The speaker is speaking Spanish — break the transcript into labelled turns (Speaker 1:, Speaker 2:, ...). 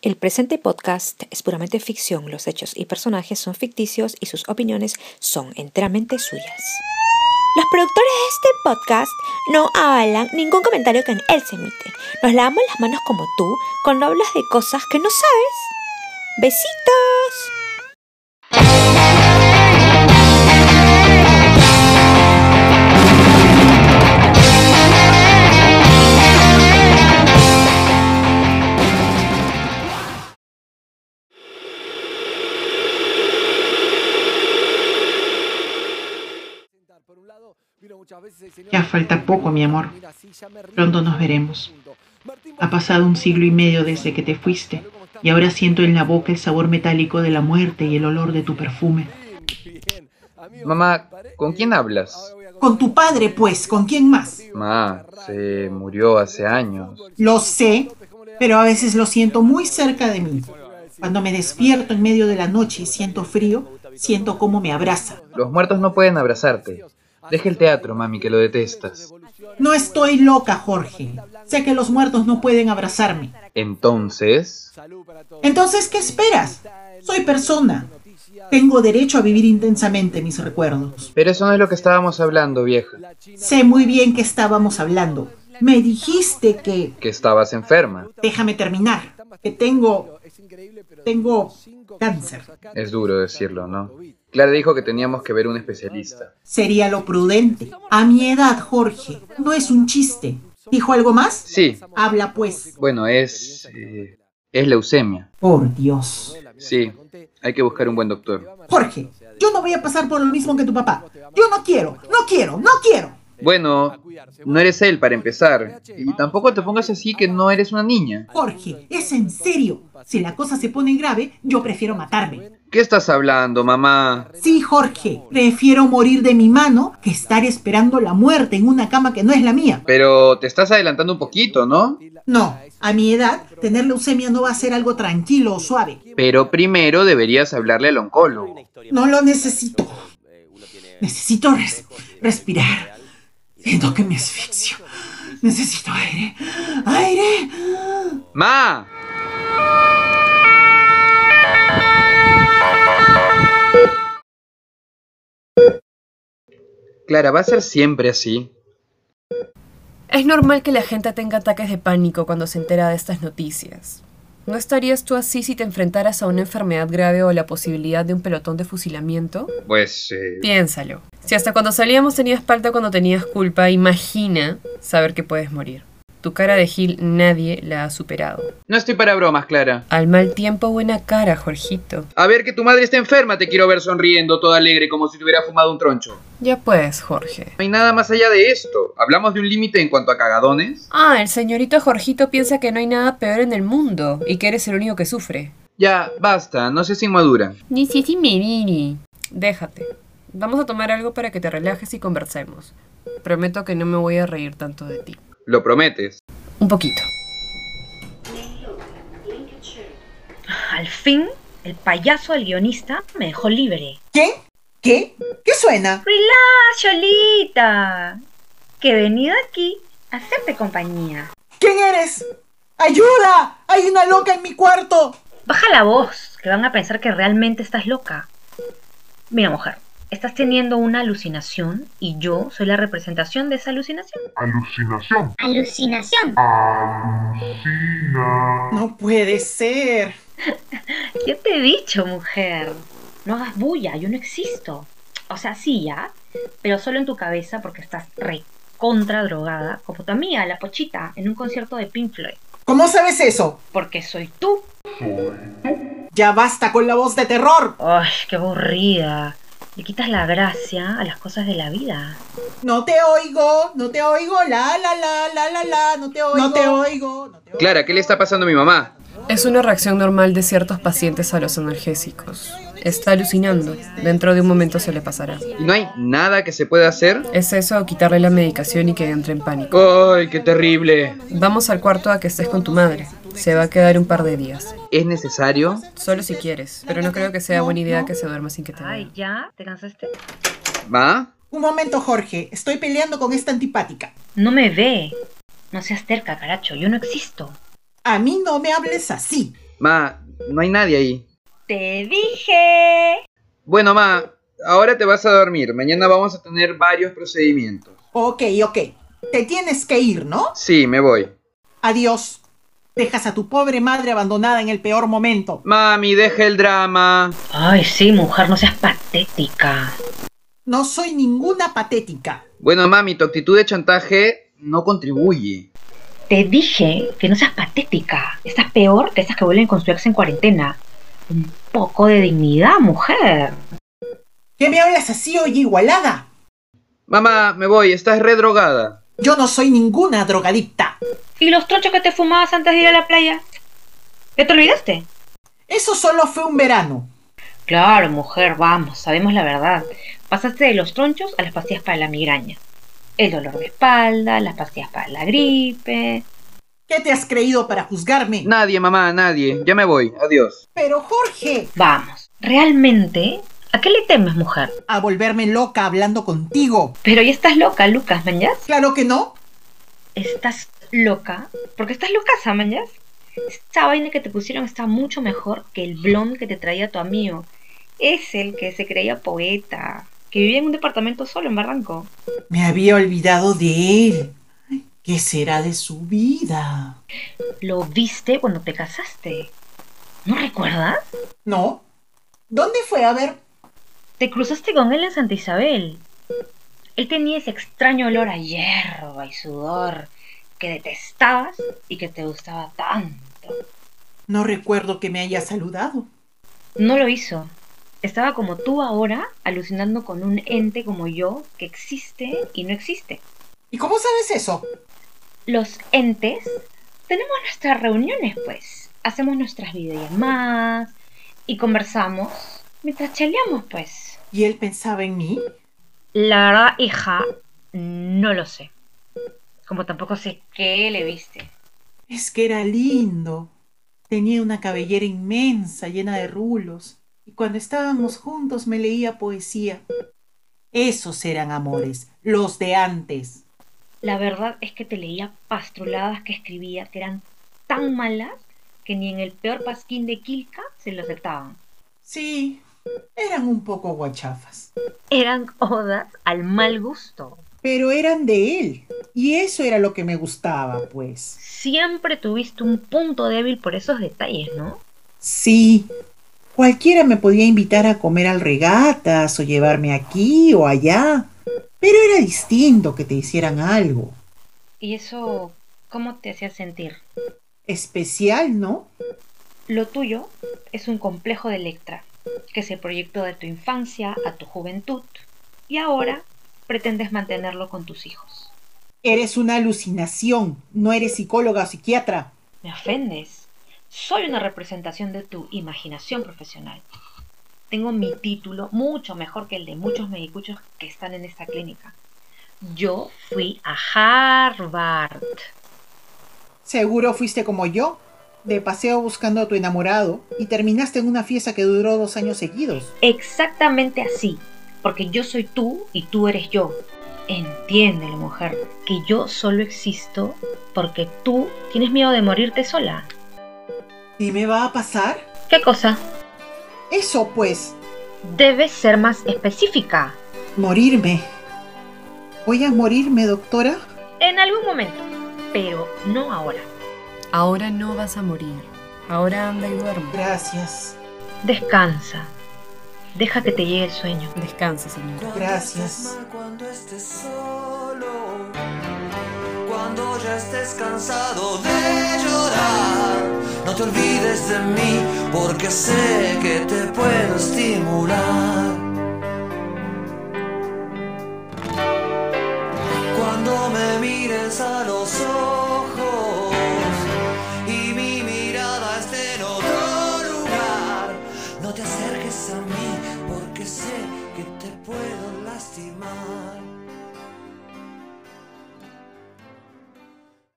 Speaker 1: El presente podcast es puramente ficción, los hechos y personajes son ficticios y sus opiniones son enteramente suyas. Los productores de este podcast no avalan ningún comentario que en él se emite. Nos lavamos las manos como tú cuando hablas de cosas que no sabes. Besitos.
Speaker 2: Ya falta poco, mi amor. Pronto nos veremos. Ha pasado un siglo y medio desde que te fuiste y ahora siento en la boca el sabor metálico de la muerte y el olor de tu perfume.
Speaker 3: Mamá, ¿con quién hablas?
Speaker 4: Con tu padre, pues, ¿con quién más?
Speaker 3: Ma, se murió hace años.
Speaker 4: Lo sé, pero a veces lo siento muy cerca de mí. Cuando me despierto en medio de la noche y siento frío, siento cómo me abraza.
Speaker 3: Los muertos no pueden abrazarte. Deja el teatro, mami, que lo detestas.
Speaker 4: No estoy loca, Jorge. Sé que los muertos no pueden abrazarme.
Speaker 3: Entonces,
Speaker 4: Entonces, ¿qué esperas? Soy persona. Tengo derecho a vivir intensamente mis recuerdos.
Speaker 3: pero eso no es lo que estábamos hablando, vieja.
Speaker 4: Sé muy bien que estábamos hablando. Me dijiste que...
Speaker 3: Que estabas enferma.
Speaker 4: Déjame terminar. Que tengo... Tengo cáncer.
Speaker 3: Es duro decirlo, ¿no? Clara dijo que teníamos que ver un especialista.
Speaker 4: Sería lo prudente. A mi edad, Jorge. No es un chiste. ¿Dijo algo más?
Speaker 3: Sí,
Speaker 4: Habla pues.
Speaker 3: bueno, es... eh, es leucemia.
Speaker 4: Por Dios.
Speaker 3: Sí, hay que buscar un buen doctor.
Speaker 4: Jorge, yo no voy a pasar por lo mismo que tu papá. Yo no quiero, no quiero, no quiero.
Speaker 3: Bueno, no eres él para empezar. Y tampoco te pongas así que no eres una niña.
Speaker 4: Jorge, es en serio. Si la cosa se pone grave, yo prefiero matarme.
Speaker 3: ¿Qué estás hablando, mamá?
Speaker 4: Sí, Jorge, prefiero morir de mi mano que estar esperando la muerte en una cama que no es la mía.
Speaker 3: Pero te estás adelantando un poquito, ¿no?
Speaker 4: No, a mi edad, tener leucemia no va a ser algo tranquilo o suave.
Speaker 3: Pero primero deberías hablarle al oncólogo.
Speaker 4: No lo necesito. Necesito res- respirar. Siento que me asfixio. Necesito aire. ¡Aire!
Speaker 3: ¡Ma! Clara, ¿va a ser siempre así?
Speaker 5: Es normal que la gente tenga ataques de pánico cuando se entera de estas noticias. ¿No estarías tú así si te enfrentaras a una enfermedad grave o la posibilidad de un pelotón de fusilamiento?
Speaker 3: Pues... eh,
Speaker 5: Piénsalo. Si hasta cuando salíamos tenías palta cuando tenías culpa, imagina saber que puedes morir. Tu cara de Gil nadie la ha superado.
Speaker 3: no estoy para bromas, Clara.
Speaker 5: Al mal tiempo, buena cara, Jorgito.
Speaker 3: A ver que tu madre está enferma, te quiero ver sonriendo, toda alegre, como si te hubiera fumado un troncho.
Speaker 5: Ya pues, Jorge.
Speaker 3: No hay nada más allá de esto. ¿Hablamos de un límite en cuanto a cagadones?
Speaker 5: Ah, el señorito Jorgito piensa que no hay nada peor en el mundo y que eres el único que sufre.
Speaker 3: Ya, basta, no seas inmadura.
Speaker 5: Ni si si mi ni, ni. Déjate. Vamos a tomar algo para que te relajes y conversemos. Prometo que no me voy a reír tanto de ti.
Speaker 3: Lo prometes.
Speaker 5: Un poquito.
Speaker 6: Al fin, el payaso del guionista me dejó libre.
Speaker 4: ¿Qué? ¿Qué? ¿Qué suena?
Speaker 6: ¡Ah, Cholita! Que he venido aquí a hacerte compañía.
Speaker 4: ¿Quién eres? ¡Ayuda! ¡Hay una loca en mi cuarto!
Speaker 6: Baja la voz, que van a pensar que realmente estás loca. Mira, mujer, estás teniendo una alucinación y yo soy la representación de esa alucinación.
Speaker 7: Alucinación.
Speaker 8: Alucinación.
Speaker 7: Alucina.
Speaker 4: No puede ser.
Speaker 6: ¿Qué te he dicho, mujer? No hagas bulla, yo no existo. O sea, sí, ya, pero solo en tu cabeza porque estás re contra drogada, como tu amiga, la pochita, en un concierto de Pink Floyd.
Speaker 4: ¿Cómo sabes eso?
Speaker 6: Porque soy tú.
Speaker 4: Ya basta con la voz de terror.
Speaker 6: ¡Ay, qué aburrida! Le quitas la gracia a las cosas de la vida.
Speaker 4: No te oigo, no te oigo, la la la la la la, no te oigo. No te oigo. No te oigo.
Speaker 3: Clara, ¿qué le está pasando a mi mamá?
Speaker 5: Es una reacción normal de ciertos pacientes a los analgésicos. Está alucinando. Dentro de un momento se le pasará.
Speaker 3: ¿Y no hay nada que se pueda hacer?
Speaker 5: Es eso o quitarle la medicación y que entre en pánico.
Speaker 3: ¡Ay, qué terrible!
Speaker 5: Vamos al cuarto a que estés con tu madre. Se va a quedar un par de días.
Speaker 3: ¿Es necesario?
Speaker 5: Solo si quieres. Pero no creo que sea buena idea que se duerma sin que te
Speaker 6: Ay,
Speaker 5: vea.
Speaker 6: ¿ya? ¿Te cansaste?
Speaker 3: ¿Va?
Speaker 4: Un momento, Jorge. Estoy peleando con esta antipática.
Speaker 6: No me ve. No seas terca, caracho. Yo no existo.
Speaker 4: A mí no me hables así.
Speaker 3: Ma, no hay nadie ahí.
Speaker 6: Te dije.
Speaker 3: Bueno, ma, ahora te vas a dormir. Mañana vamos a tener varios procedimientos.
Speaker 4: Ok, ok. Te tienes que ir, ¿no?
Speaker 3: Sí, me voy.
Speaker 4: Adiós. Dejas a tu pobre madre abandonada en el peor momento.
Speaker 3: Mami, deja el drama.
Speaker 6: Ay, sí, mujer, no seas patética.
Speaker 4: No soy ninguna patética.
Speaker 3: Bueno, mami, tu actitud de chantaje no contribuye.
Speaker 6: Te dije que no seas patética. Estás peor que esas que vuelven con su ex en cuarentena. Un poco de dignidad, mujer.
Speaker 4: ¿Qué me hablas así, oye, igualada?
Speaker 3: Mamá, me voy, estás redrogada.
Speaker 4: Yo no soy ninguna drogadicta.
Speaker 6: ¿Y los tronchos que te fumabas antes de ir a la playa? ¿Ya te olvidaste?
Speaker 4: Eso solo fue un verano.
Speaker 6: Claro, mujer, vamos, sabemos la verdad. Pasaste de los tronchos a las pastillas para la migraña. El dolor de espalda, las pastillas para la gripe.
Speaker 4: ¿Qué te has creído para juzgarme?
Speaker 3: Nadie, mamá, nadie. Ya me voy. Adiós.
Speaker 4: Pero Jorge,
Speaker 6: Vamos, ¿realmente? ¿A qué le temes, mujer?
Speaker 4: a volverme loca hablando contigo.
Speaker 6: Pero ya estás loca, Lucas, ¿mañas?
Speaker 4: Claro que no.
Speaker 6: ¿Estás loca? Porque estás loca, mañas. Esta vaina que te pusieron está mucho mejor que el blond que te traía tu amigo. Es el que se creía poeta, que vivía en un departamento solo en Barranco.
Speaker 4: Me había olvidado de él. ¿Qué será de su vida?
Speaker 6: Lo viste cuando te casaste. ¿No recuerdas?
Speaker 4: ¿No? ¿Dónde fue? A ver.
Speaker 6: Te cruzaste con él en Santa Isabel. Él tenía ese extraño olor a hierba y sudor que detestabas y que te gustaba tanto.
Speaker 4: No recuerdo que me haya saludado.
Speaker 6: No lo hizo. Estaba como tú ahora, alucinando con un ente como yo que existe y no existe.
Speaker 4: ¿Y cómo sabes eso?
Speaker 6: Los entes tenemos nuestras reuniones, pues. Hacemos nuestras videollamadas y conversamos mientras cheleamos, pues.
Speaker 4: ¿Y él pensaba en mí?
Speaker 6: La verdad, hija, no lo sé. Como tampoco sé qué le viste.
Speaker 4: Es que era lindo. Tenía una cabellera inmensa, llena de rulos, y cuando estábamos juntos me leía poesía. Esos eran amores, los de antes.
Speaker 6: La verdad es que te leía pastroladas que escribía que eran tan malas que ni en el peor pasquín de Quilca se lo aceptaban.
Speaker 4: Sí, eran un poco guachafas,
Speaker 6: Eran odas al mal gusto.
Speaker 4: pero eran de él, y eso era lo que me gustaba, pues.
Speaker 6: Siempre tuviste un punto débil por esos detalles, ¿no?
Speaker 4: Sí, cualquiera me podía invitar a comer al regatas o llevarme aquí o allá, pero era distinto que te hicieran algo.
Speaker 6: ¿Y eso cómo te hacía sentir?
Speaker 4: Especial, ¿no?
Speaker 6: Lo tuyo es un complejo de Electra, que se proyectó de tu infancia a tu juventud y ahora pretendes mantenerlo con tus hijos.
Speaker 4: Eres una alucinación, no eres psicóloga o psiquiatra.
Speaker 6: Me ofendes. Soy una representación de tu imaginación profesional. Tengo mi título mucho mejor que el de muchos medicuchos que están en esta clínica. Yo fui a Harvard.
Speaker 4: Seguro fuiste como yo, de paseo buscando a tu enamorado y terminaste en una fiesta que duró dos años seguidos.
Speaker 6: Exactamente así, porque yo soy tú y tú eres yo. Entiéndelo, mujer, que yo solo existo porque tú tienes miedo de morirte sola.
Speaker 4: ¿Y me va a pasar?
Speaker 6: ¿Qué cosa?
Speaker 4: Eso pues,
Speaker 6: Debes ser más específica.
Speaker 4: morirme. ¿Voy a morirme, doctora?
Speaker 6: En algún momento, pero no ahora.
Speaker 5: Ahora no vas a morir. Ahora anda y duerme.
Speaker 4: Gracias,
Speaker 6: Descansa. Deja que te llegue el sueño.
Speaker 5: Descansa, señor.
Speaker 4: gracias.
Speaker 7: Cuando estés solo, cuando ya estés cansado de llorar, no te olvides de mí porque sé que te puedo estimular. Cuando me mires a los ojos.